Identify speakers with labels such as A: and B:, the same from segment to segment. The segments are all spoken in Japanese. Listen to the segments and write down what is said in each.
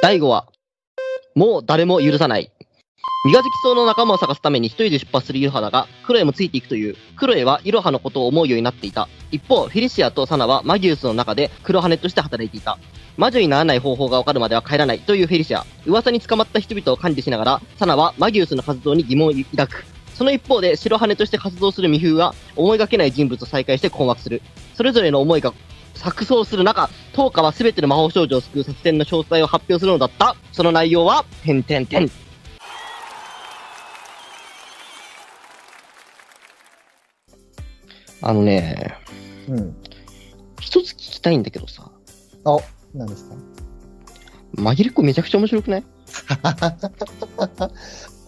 A: 第5話、もう誰も許さない。三日月草の仲間を探すために一人で出発するイロハだが、クロエもついていくという。クロエはイロハのことを思うようになっていた。一方、フェリシアとサナはマギウスの中で黒羽として働いていた。魔女にならない方法がわかるまでは帰らないというフェリシア。噂に捕まった人々を管理しながら、サナはマギウスの活動に疑問を抱く。その一方で、白羽として活動するミフが思いがけない人物と再会して困惑する。それぞれの思いが錯綜する中、当家は全ての魔法少女を救う作戦の詳細を発表するのだった。その内容は、てんてんてん。あのね、
B: うん。
A: 一つ聞きたいんだけどさ、
B: あ、何ですか
A: 紛れっこめちゃくちゃ面白くない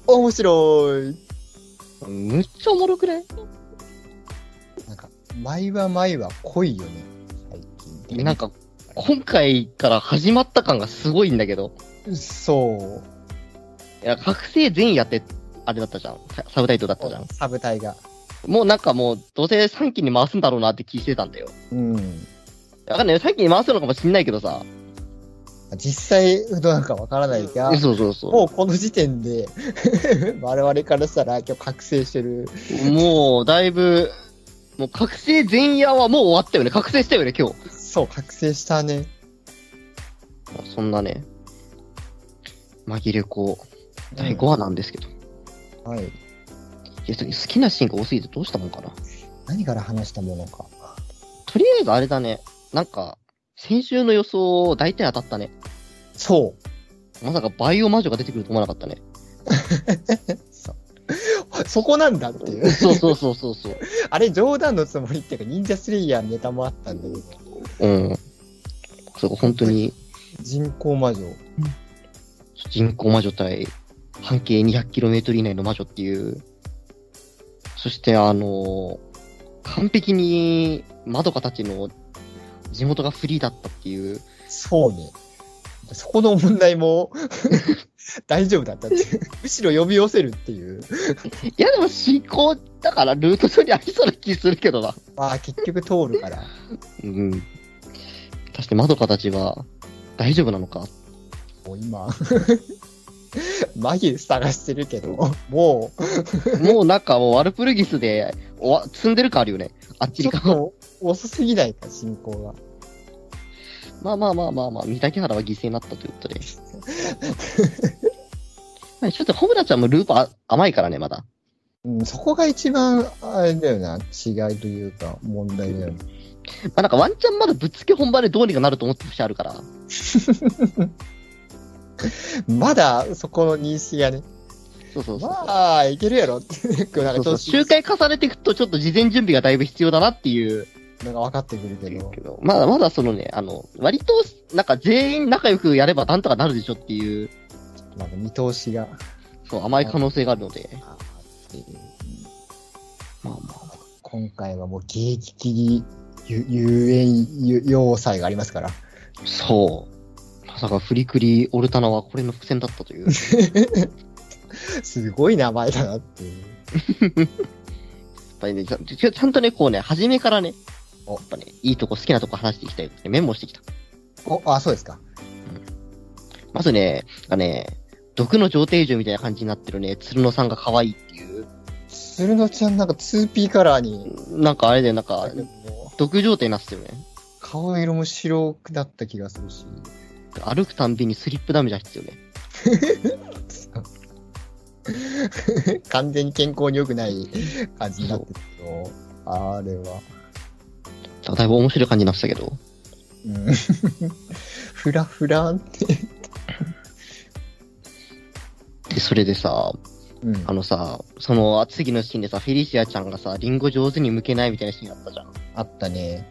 B: 面白い。
A: むっちゃおもろくない
B: なんか、毎は毎は濃いよね、最近。
A: なんか、今回から始まった感がすごいんだけど、
B: そ
A: いや覚醒前夜って、あれだったじゃん。ササブタイトルだったじゃん。
B: う、サブ隊が。
A: もうなんかもう、どうせ3期に回すんだろうなって気してたんだよ。
B: うん。
A: わかんないよ。3期に回すのかもしんないけどさ。
B: 実際、どうなんかわからないが、
A: そうそうそう。
B: もうこの時点で、 我々からしたら今日覚醒してる。
A: もう、だいぶ、もう覚醒前夜はもう終わったよね。覚醒したよね、今日。
B: そう、覚醒したね。
A: そんなね、紛れ子、第5
B: ご
A: 話なんですけど。い
B: はい。
A: や、好きなシーンが多すぎてどうしたもんかな。
B: 何から話したものか。
A: とりあえずあれだね。なんか、先週の予想、大体当たったね。
B: そう。
A: まさかバイオ魔女が出てくると思わなかったね。
B: そこなんだっていう。
A: そうそうそうそうそう。
B: あれ、冗談のつもりっていうか、忍者スレイヤーのネタもあったんだけど、
A: うん。そうか、本当に
B: 人工魔女。
A: 人工魔女対半径 200km 以内の魔女っていう。そして、あの、完璧に窓かたちの地元がフリーだったっていう。
B: そうね。そこの問題も 大丈夫だったっていう。むしろ呼び寄せるっていう。
A: いや、でも進行だからルート上にありそうな気するけどな。
B: まあ、結局通るから。
A: うん。そして窓かたちは大丈夫なのか
B: もう今。 マギ探してるけど、もう、
A: もうなんかもうワルプルギスでおわ積んでる感あるよね。あっち
B: ち
A: に
B: ょっ
A: か。
B: と遅すぎないか、進行が。
A: まあまあまあまあまあ、三竹原は犠牲になったということで。 まあちょっとホムラちゃんもルーパー甘いからね、まだ。
B: うん、そこが一番、あれだよな、違いというか、問題だよね。
A: まあなんかワンチャンまだぶっつけ本番でどうにかなると思ってる節あるから。
B: まだ、そこの認識がね、
A: そうそうそう。
B: まあ、いけるやろって、なん
A: そ
B: か
A: うそう
B: 調子い
A: 周回重ねていくとちょっと事前準備がだいぶ必要だなっていう。
B: いのが分かってくるけど、
A: まだまだそのね、あの、割と、なんか全員仲良くやればなんとかなるでしょっていう、
B: なんか見通しが。
A: そう甘い可能性があるので。まあまあ。
B: 今回はもう迎撃的ゆ遊園ゆ要塞がありますから。
A: そう。まさかフリクリ、オルタナはこれの伏線だったという。
B: すごい名前だなっていう。
A: やっぱりね、ちゃんちゃちゃんとね、こうね、初めからね、や
B: お
A: っぱね、いいとこ、好きなとこ話していきたいってメモしてきた。
B: お、あ、そうですか。
A: まずね、あね、毒の上帝獣みたいな感じになってるね、鶴野さんが可愛いっていう、
B: 鶴野ちゃんなんか 2P カラーに、
A: なんかあれで、なんか、
B: もう
A: 毒状態になってたよね。
B: 顔色も白くなった気がするし。
A: 歩くたんびにスリップダメージが必要ね。
B: 完全に健康に良くない感じになってるけど、あれは。
A: だいぶ面白い感じになってたけど。
B: うん。 ふらふらって。
A: で、それでさ、
B: うん。
A: あのさ、その次のシーンでさ、フェリシアちゃんがさ、リンゴ上手に剥けないみたいなシーンあったじゃん。
B: あったね。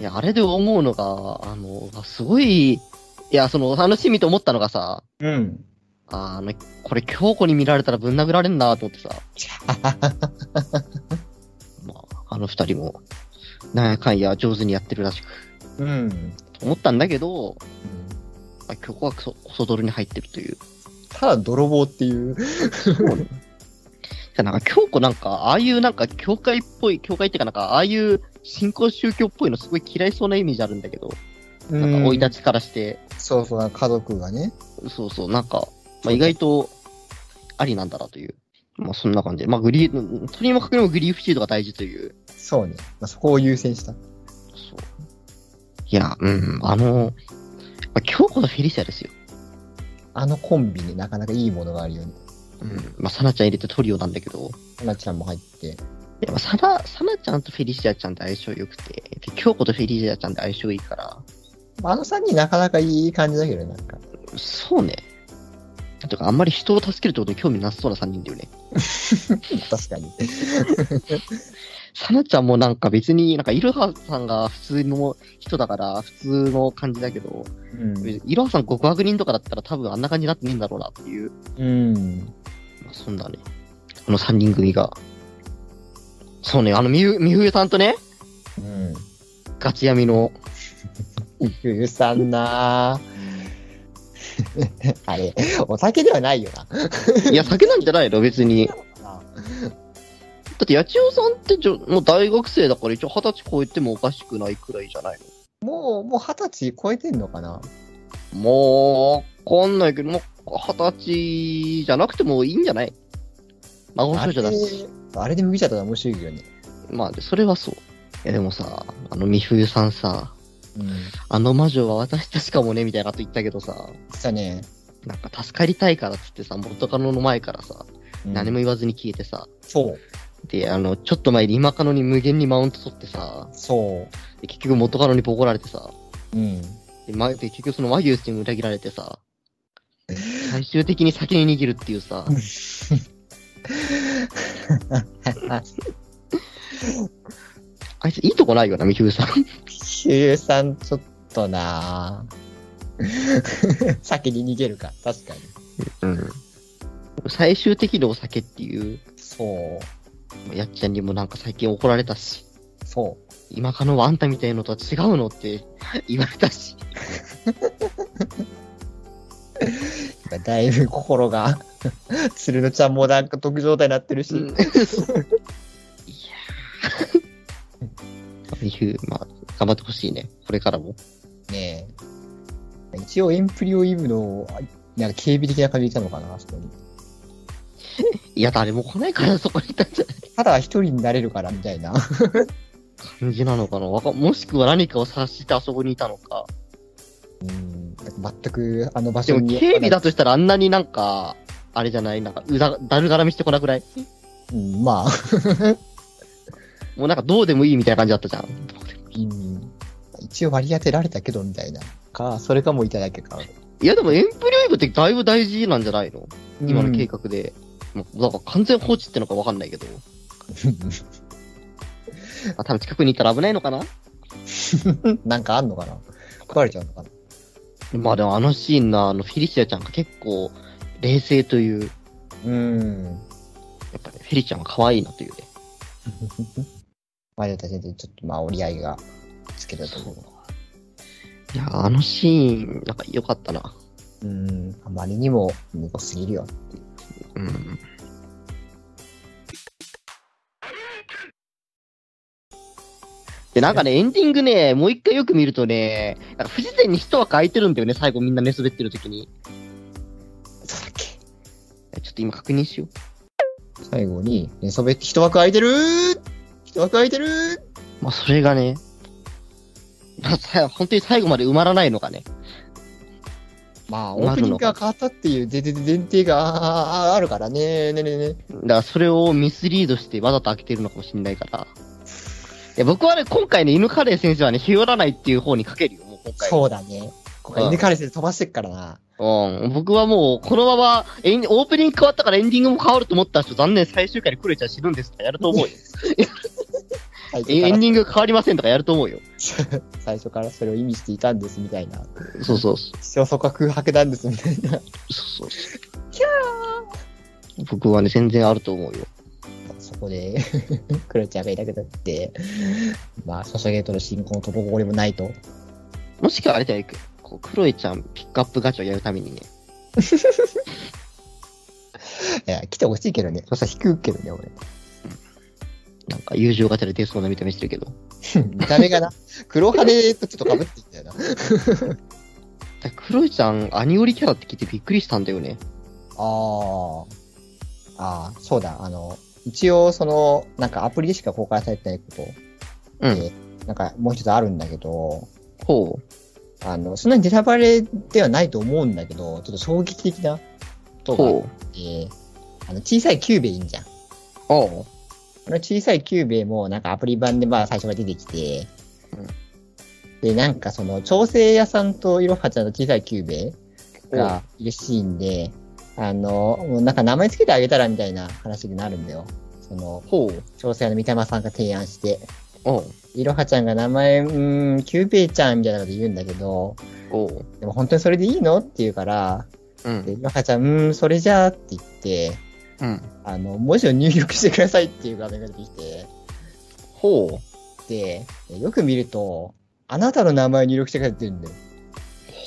A: いや、あれで思うのが、あの、すごい、いや、その、楽しみと思ったのがさ、
B: うん。
A: あの、これ、京子に見られたらぶん殴られんなと思って さ、まあ、あの二人も、なんやかんや上手にやってるらしく、
B: うん。
A: と思ったんだけど、まあ、京子はクソ、コソドルに入ってるという。
B: ただ泥棒っていう。
A: じゃあなんか、京子なんか、ああいうなんか、教会っぽい、教会っていうかなんか、ああいう信仰宗教っぽいのすごい嫌いそうなイメージあるんだけど、なんか、生い立ちからして、
B: そうそう、なんか家族がね。
A: そうそう、なんか、まあ、意外とありなんだなという。まあ、そんな感じで。まあ、グリーン、とにもかくにもグリーフシードが大事という。
B: そうね。まあ、そこを優先し
A: そ
B: た。
A: う。いや、うん、あの、まあ、今日こそフェリシアですよ。
B: あのコンビになかなかいいものがあるよね。
A: うん。まあ、サナちゃん入れてトリオなんだけど、
B: かなちゃんも入って。
A: いやまあサナ、サナちゃんとフェリシアちゃんって相性良くて、で、京子とフェリシアちゃんって相性いいから、
B: まああの3人なかなかいい感じだけど、なんか。
A: そうね。とか、あんまり人を助けるってことに興味なさそうな3人だよね。
B: 確かに。
A: サナちゃんもなんか別に、なんかイルハさんが普通の人だから、普通の感じだけど、
B: うん。
A: イルハさん極悪人とかだったら多分あんな感じになってねえんだろうなっていう、
B: うん。
A: まあ、そんなね、この3人組が。そうね、あの、みゆ、みふゆさんとね、
B: うん。
A: ガチ闇の、
B: ゆうさんなぁ あれ、お酒ではないよな。
A: い や、酒なんじゃないの別に。
B: あ
A: だって、八千代さんってじょもう大学生だから一応二十歳超えてもおかしくないくらいじゃない
B: もう、もう二十歳超えてんのかな
A: のもう、わかんないけど、もう二十歳じゃなくてもいいんじゃない孫
B: あ
A: 少
B: れ
A: 女だし。
B: あれで麦茶だったら面白いよね。
A: まあ、それはそう。いや、でもさ、あの、みふゆさんさ、
B: うん。
A: あの魔女は私たちかもね、みたいなこと言ったけどさ、
B: したね。
A: なんか助かりたいからっつってさ、元カノの前からさ、
B: うん
A: 何も言わずに消えてさ、
B: そう。
A: で、あの、ちょっと前に今カノに無限にマウント取ってさ、
B: そ
A: で結局元カノにボコられてさ、
B: う。うん。
A: で、ま、で結局その和牛っていうのに裏切られてさ、最終的に先に逃げるっていうさ、あいついいとこないよな、みひゅうさん。
B: ゆうさん、ちょっ となぁ先に逃げるか。確かに。
A: うん。最終的のお酒っていう、
B: そう。
A: やっちゃんにもなんか最近怒られたし、
B: そ
A: 今かのはあんたみたいのとは違うのって言われたし、
B: う。だいぶ心が、鶴のちゃんもなんか特状態になってるし。
A: うん いやー。みひゅう、まあ、頑張ってほしいね。これからも。
B: ねえ。一応エンプリオイブの、あなんか警備的な感じでいたのかな、あそこに。
A: いや、誰も来ないからそこにいたんじゃ
B: ただ一人になれるから、みたいな。
A: 感じなのかなわかもしくは何かを察してあそこにいたのか。
B: うん。なんか全くあの場
A: で
B: 所
A: も
B: に。
A: 警備だとしたらあんなになんか、あれじゃないなんか、うだ、だるがらみしてこなくない
B: うん、まあ。
A: もうなんかどうでもいいみたいな感じだったじゃん。
B: うん。一応割り当てられたけど、みたいな。か、それかもいただけか。
A: いやでもエンプリオイブってだいぶ大事なんじゃないの今の計
B: 結
A: 画で。もうなんか完全放置ってのかわかんないけど。あ、多分近くにいたら危ないのかな
B: 果。 なんかあんのかな壊れちゃうのかな
A: まあでもあのシーンのあのフィリシアちゃんが結構冷静という、や
B: うん。
A: っぱね、フィリちゃんは可愛いなというね。
B: マリオたちでちょっとまあ折り合いがつけたと思う。
A: いや、あのシーン、なんか良かったな。
B: うん。あまりにも無謀すぎるよ。
A: うん。で、なんかね、エンディングね、もう一回よく見るとね、なんか不自然に一枠空いてるんだよね、最後みんな寝そべってる時に。
B: そうだっけ
A: ちょっと今確認しよ
B: 最後に、寝そべって一枠空いてるー一枠空いてるー
A: う。まあ、それがね、まあ、さ本当に最後まで埋まらないのかね。
B: まあ、オ
A: な
B: ープ
A: る
B: ニン
A: の
B: グ
A: か
B: が変わったっていう前前前提があああるからね。ねねね。
A: だからそれをミスリードしてわざと開けてるのかもしれないから。いや、僕はね、今回ね、犬カレー先生はね、ひよらないっていう方にかけるよ、もう今回は。
B: そうだね。ここ
A: うん
B: 犬カレスで飛ばしてっからな。
A: うん、僕はもう、このままエン、オープニング変わったからエンディングも変わると思った人、残念、最終回にクレちゃん死ぬんですとかやると思うよ。
B: 最
A: えエ
B: 初か
A: ン
B: ら
A: ディング変わりませんとかやると思うよ。
B: 最初からそれを意味していたんですみたいな。
A: そうそうそう。
B: 一生そこは空白なんですみたいな。
A: そうそうキャー僕はね、全然あると思うよ。
B: そこで、 クロちゃんがいなくなって、まあ、ソシャゲとの進行のとここりもないと。
A: もしくはあれだよ、こうクロエちゃんピックアップガチャをやるためにね。
B: いや、来てほしいけどね。そしたら引くけどね、俺。
A: なんか友情ガチャで出そうな見た目してるけど。
B: 見た目がな、黒羽とちょっと被ってんだよな。
A: だクロエちゃん、アニオリキャラって聞いてびっくりしたんだよね。
B: ああ。ああ、そうだ。あの、一応、その、なんかアプリでしか公開されてないこと、
A: うん。
B: なんかもう一つあるんだけど、
A: ほ
B: あの、そんなにネタバレではないと思うんだけど、ちょっと衝撃的な
A: う。
B: ことがあっ
A: ほう。
B: て、あの、小さいキューベいいんじゃん。
A: あ
B: あの小さいキューベもなんかアプリ版でまあ最初が出てきて、
A: うん
B: で、なんかその調整屋さんといろはちゃんの小さいキューベがいるシーンで、あの、もうなんか名前つけてあげたらみたいな話になるんだよ。その
A: あ。、ほう。
B: 調整屋の三玉さんが提案して、
A: ああ。
B: いろはちゃんが名前、うーん、キューベちゃんみたいなこと言うんだけど、
A: ほう。
B: でも本当にそれでいいのって言うから、
A: うん
B: で、いろはちゃん、うーん、それじゃあって言って、
A: うん。
B: あの、文字を入力してくださいっていう画面が出てきて、
A: ほう。
B: で、よく見ると、あなたの名前を入力してくれてるんだよ。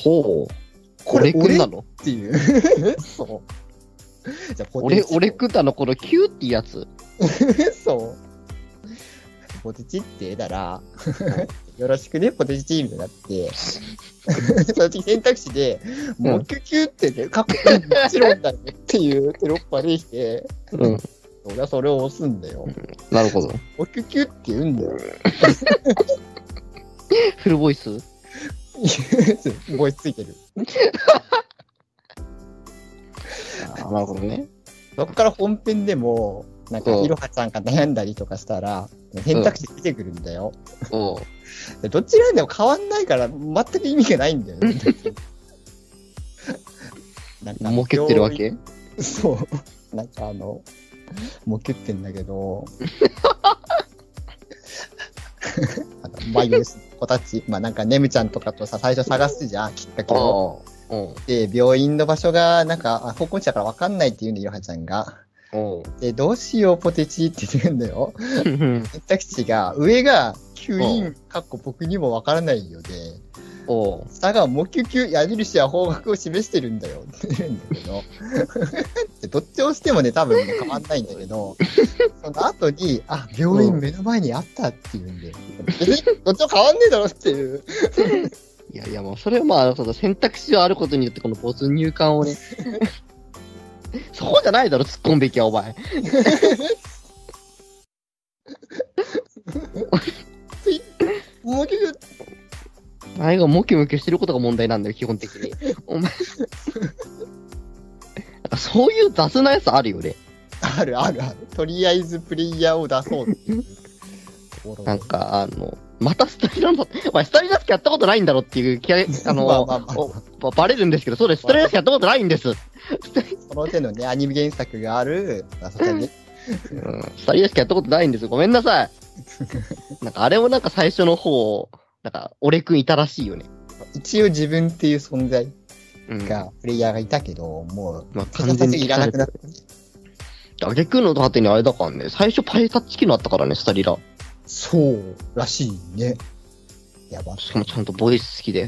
A: ほう。
B: これ
A: 俺くんな
B: 俺
A: の
B: っていう。 そう。じゃあポ
A: 俺
B: テ、チ
A: 俺くんなのこの Q ってやつ。
B: そう。ポテチって言えたら、 よろしくね、ポテチチームになって、 その時選択肢で、もうキュキュってね、かっこいい、もちろんだねっていうテロップができて、
A: うん。
B: 俺はそれを押すんだよ。
A: なるほど。
B: もうキュキュって言うんだよ。
A: フルボイス
B: 声ついてる。
A: ああ、なるほどね。
B: そこから本編でも、なんか、
A: うん
B: いろはちゃんが悩んだりとかしたら、選択肢出てくるんだよ。
A: おう。
B: でどっち選んでも変わんないから、全く意味がないんだよね。 なんか
A: もけってるわけ
B: そう。なんかあの、もけってんだけど、あのマイルスの子たち、まあなんか、ねむちゃんとかとさ、最初探すじゃん、きっかけ
A: ああ
B: を。。
A: おう。
B: で、病院の場所が、なんか、あ高校生だから分かんないって言うんだよ、いろはちゃんが。
A: おう。
B: で、どうしよう、ポテチって言ってるんだよ。
A: うん
B: 選択肢が、上が、キュイ
A: う
B: ン、かっこ僕にもわからないよで、
A: おう。
B: 下が、モキュキュ、矢印や方角を示してるんだよって言うんだけど、 でどっちを押してもね、多分ね変わんないんだけど、その後に、あ、病院目の前にあったって言うんで、別にどっちも変わんねえだろっていう。
A: いやいや、もうそれはまあ、その選択肢があることによって、この没入感 をね。そこじゃないだろ、突っ込むべきは、お前。
B: モキュキュ、
A: あれがモキモキしてることが問題なんだよ、基本的に。お前。 なんかそういう雑なやつあるよね。
B: あるあるある。とりあえずプレイヤーを出そうっていうところ
A: なんか、あの、またスタリランド、 お前、スタリラスクやったことないんだろっていう気合 い、あの、
B: まあまあまあ
A: おばバレるんですけど、そうです、スタリラスクやったことないんです。
B: その手のね、アニメ原作がある、まあそちらに
A: うん、スタリラスクやったことないんです。ごめんな さい。なんか、あれもなんか最初の方、なんか、俺くんいたらしいよね。
B: 一応自分っていう存在
A: うん。
B: が、プレイヤーがいたけど、もう、
A: まあ、
B: 完
A: 完
B: 全
A: 全
B: に
A: に
B: いらなくなっ、
A: ってた。挙句の果てにあれだからね、最初パイタッチ機能あったからね、スタリラ。
B: そうらしいね。やば。
A: しかもちゃんとボイス好きで。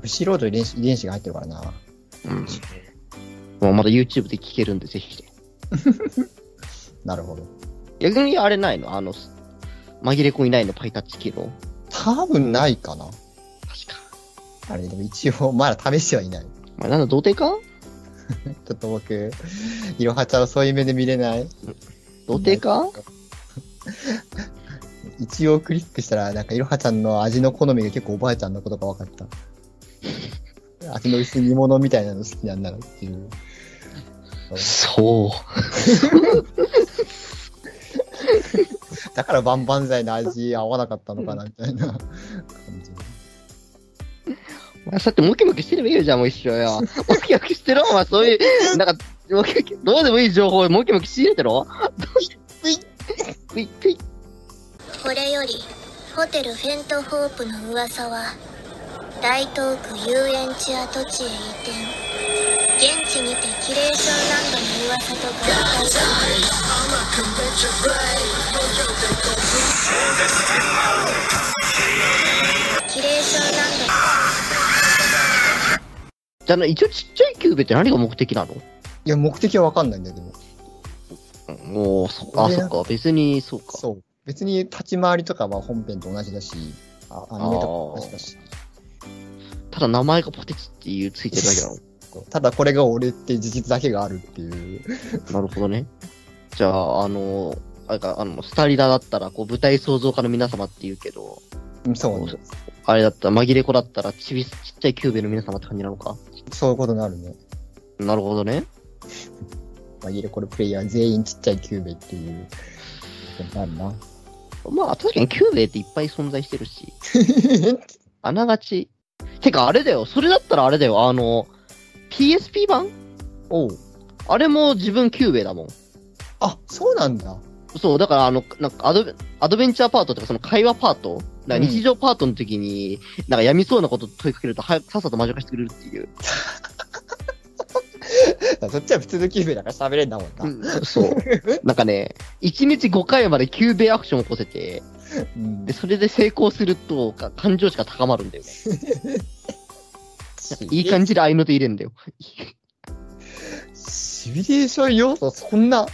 B: ブシロード遺伝子遺伝子が入ってるからな。
A: うん。まあ、まだ YouTube で聞けるんで、ぜひ。
B: なるほど。
A: 逆にあれないのあの、紛れ込みないの、パイタッチ機能。
B: 多分ないかな。
A: 確か。
B: あれ、でも一応、まだ試してはいない。
A: まあ、なんだ、童貞か
B: ちょっと僕、いろはちゃんをそういう目で見れない。
A: 童貞か
B: 一応クリックしたら、なんかいろはちゃんの味の好みが結構おばあちゃんのことが分かった。味の薄い煮物みたいなの好きなんだなっていう。
A: そう。
B: だから万々歳の味合わなかったのかなみたいな感じ。
A: お前そうやってムキムキしてればいいよ、じゃあもう一緒 よ。ムキムキしてろ、お前、そういう、なんか、ムキムキどうでもいい情報をムキムキ仕入れてろ。
B: ぷい
A: ぷいぷい
C: これよりホテルフェントホープの噂は大東区遊園地跡地へ移転現地にてキュレーションランドの噂と合体しキュレーションランド
A: じゃあね、一応ちっちゃいキューベって何が目的なの
B: いや、目的は分かんないんだけど。
A: うんもう、そっか、あ、
B: い
A: そ
B: や
A: っか、別に、そうか。
B: そう。別に立ち回りとかは本編と同じだし、あアニメとかも同じだし。
A: ただ名前がポテチっていうついてるだけなの。
B: ただこれが俺っていう事実だけがあるっていう。
A: なるほどね。じゃあ、あの、あれか、あの、スタリダだったら、こう、舞台創造家の皆様って言うけど、
B: うんそうね。
A: あれだったら、紛れ子だったら、ちび、ちっちゃいキューベの皆様って感じなのか。
B: そういうことになるね。
A: なるほどね。
B: まあ、いるこれプレイヤー全員ちっちゃいキューベっていう。なるな。
A: まあ、確かにキューベっていっぱい存在してるし、あながち。てか、あれだよ、それだったらあれだよ、あの、PSP 版
B: おう。
A: あれも自分キューベだもん。
B: あ、そうなんだ。
A: そう、だから、あの、なんかアドベ、アドベンチャーパートとか、その会話パート、なんか日常パートの時に、なんかやみそうなこと問いかけると、早くさっさと魔女化してくれるっていう。
B: だからそっちは普通のキューベだから喋れんだもんな。
A: そう。 なんかね、1日5回までキューベアクションを起こせて、
B: うん
A: で、それで成功すると、か感情値が高まるんだよね。いい感じで合いの手入れるんだよ。
B: シミュレーション要素そんな。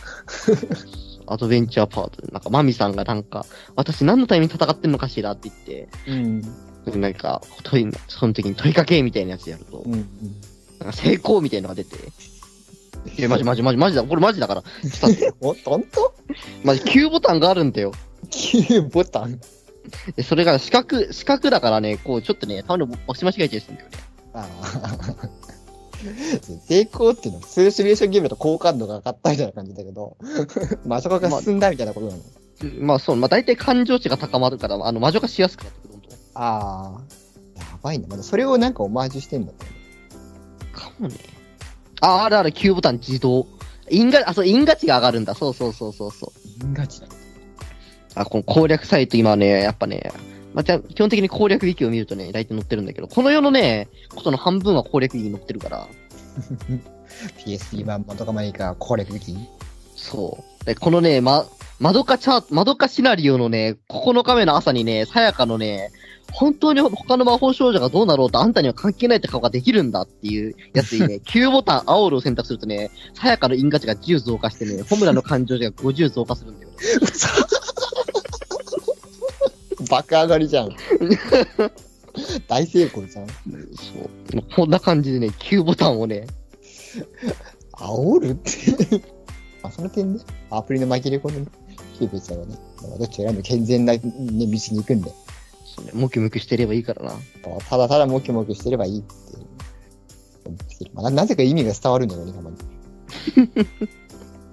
A: アドベンチャーパートで、なんかマミさんがなんか、私何のために戦ってんのかしらって言って、
B: うん。
A: なんか、問い、その時に問いかけみたいなやつやると、
B: うん。
A: なんか成功みたいなのが出て、いや、マジマジマジマジだ、これマジだから、ちょっと待って
B: お、ほんと
A: マジ Q ボタンがあるんだよ。
B: キューボタン。
A: で、それが四角、四角だからね、こう、ちょっとね、たまに押し間違えちゃうんだよね。
B: ああ。 成功っていうのは普通のシミュレーションゲームだと好感度が上がったみたいな感じだけど、 まさかが進んだみたいなことなの。
A: まあそう、まあ大体感情値が高まるから、あの、魔女化しやすくなってくるどんどん
B: ああ。やばいね。まだそれをなんかオマージュしてんだって。
A: かもね。あ、あるある、Q ボタン自動。因果、あ、そう、因果値が上がるんだ。そうそうそうそうそう。
B: 因果値だ。
A: あ、この攻略サイト、今ね、やっぱね、まあ、じゃあ基本的に攻略域を見るとね、大体載ってるんだけど、この世のね、ことの半分は攻略域に載ってるから、
B: PSP 版元カマイカ攻略でき
A: そう。で、このね、ま、まどかチャート、まどかシナリオのね、9日目の朝にね、さやかのね、本当に他の魔法少女がどうなろうとあんたには関係ないって顔ができるんだっていうやつにね、Q ボタン、アオールを選択するとね、さやかの因果値が10増加してね、ホムラの感情値が50増加するんだよ。
B: 爆上がりじゃん。大成功じゃん。
A: そう。こんな感じでね、Q ボタンをね、
B: 煽るって。 まあ、その点ね、アプリの紛れ込み、キューブちゃんはね、まあどっちを選んでも健全な、ね、道に行くんで、
A: そうねムキムキしてればいいからな。
B: まあただただモキモキしてればいいっていう。まあ、ななぜか意味が伝わるんだろうね、たまに。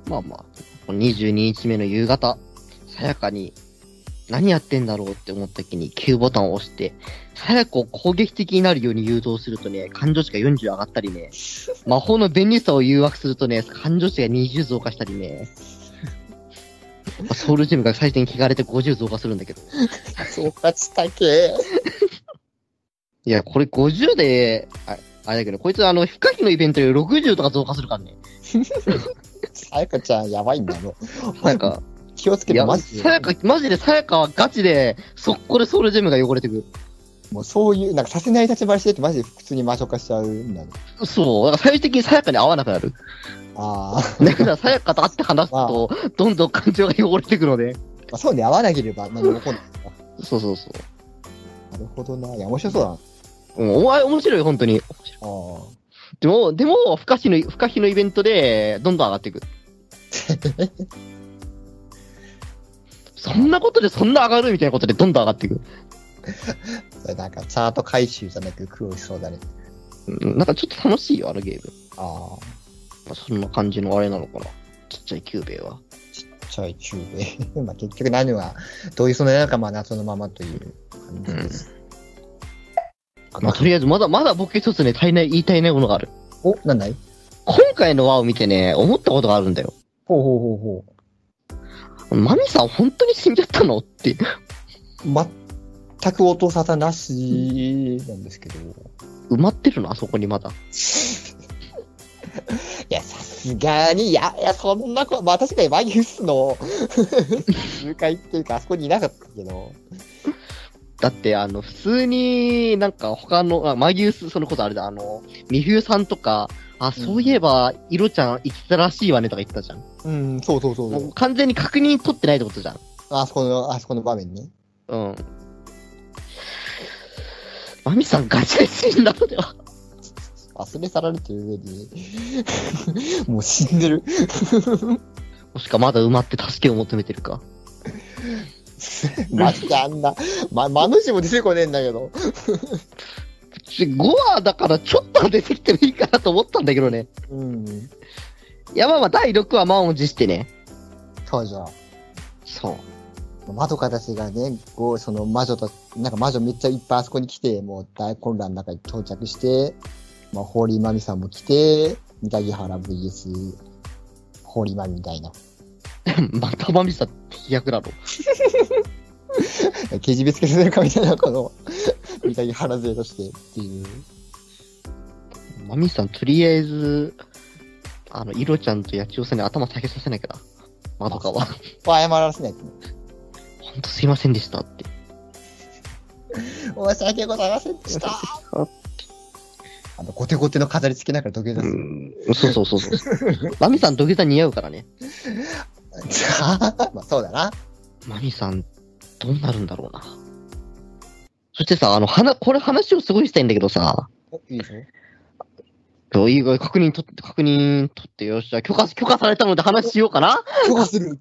A: まあまあ、22日目の夕方、さやかに、何やってんだろうって思った時に Q ボタンを押して、さやかを攻撃的になるように誘導するとね、感情値が40上がったり ね、魔法の便利さを誘惑するとね、感情値が20増加したりね、まあソウルジムが最終的に汚れて50増加するんだけど。
B: そうか、したけ。
A: いや、これ50で、ああれだけど、こいつあの、不可避のイベントより60とか増加するからね。
B: さやかちゃん、やばいんだよ。
A: なんか、
B: 気をつけ
A: い
B: て、
A: や、
B: マジ
A: さや
B: で。
A: か、マジでさやかはガチで、速攻でソウルジェムが汚れてく。
B: もうそういう、なんかさせない立場にしてると、マジで普通に魔女化しちゃうんだね。
A: そう。だから最終的にさやかに合わなくな る。
B: ああ。
A: だからさやかと会って話すと、どんどん感情が汚れてくので。
B: まあ、そうね、合わなければ何も起こんない。
A: そうそうそ
B: なるほどな。いや、面白そうだな。あ
A: う。うん、お前面白いよ、本当に。
B: あ。
A: でも、でも、不可避の、不可避のイベントで、どんどん上がってい く。そんなことでそんな上がるみたいなことでどんどん上がっていく。
B: それなんか、チャート回収じゃなく苦労しそうだね。
A: うん、なんかちょっと楽しいよ、あのゲーム。
B: ああ。
A: まあそんな感じのあれなのかな。ちっちゃいキューベイは。
B: ちょい中で。 まあ結局何は、どういうそのなのかまあ謎のままという感じです。
A: まあ、とりあえず、まだ、まだ僕一つね、足りない、言いたいないものがある。
B: お、なんだい
A: 今回の輪を見てね、思ったことがあるんだよ。
B: ほうほうほうほ
A: マミさん本当に死んじゃったのって。
B: う。全く音沙汰なしなんですけど。い
A: 埋まってるのあそこにまだ。
B: や、さすがに、いや、いや、そんなこと、まあ確かにマギウスの 集会っていうか、あそこにいなかったけど。
A: だって、あの、普通になんか他の、あマギウス、そのことあれだ、あの、ミフューさんとか、あ、そういえば、イロちゃん生きてたらしいわねとか言ってたじゃん。
B: うん、そうそうそうそ
A: も
B: う
A: う。完全に確認取ってないってことじゃん。
B: あそこの、あそこの場面ね。
A: うん。マミさんガチで死んだのでは。
B: 忘れ去られてる上に、 もう死んでる。
A: もしかまだ埋まって助けを求めてるか。
B: マジであんな、ま、マヌシも出てこねえんだけど。
A: 5話だからちょっとは出てきてもいいかなと思ったんだけどね。
B: うん。
A: いやまあまあ第6話満を持してね。
B: そうじゃん。
A: そう。
B: マドカたちがね、こう、その魔女と、なんか魔女めっちゃいっぱいあそこに来て、もう大混乱の中に到着して、まあ、ホーリーマミさんも来て、三谷原 VS、ホーリーマミみたいな。
A: またマミさん飛躍だろ。
B: けじめつけさせるかみたいな、この、三谷原勢としてっていう。
A: マミさんとりあえず、あの、イロちゃんと八千代さんに頭下げさせないから。まどかは。
B: 謝らせないですね。
A: ほんとすいませんでしたって。
B: 申し訳ございませんでした。 あの、ゴテゴテの飾り付けながら土下座する。
A: うん、そうそうそうそう。 マミさん土下座似合うからね。
B: じゃあ、 まあそうだな。
A: マミさん、どうなるんだろうな。そしてさ、あの、はな、これ話をすごいしたいんだけどさ、
B: お、いいでしょ
A: どういう、確認とって、確認とって、よっしゃ、許可、許可されたので話しようかな
B: 許可する。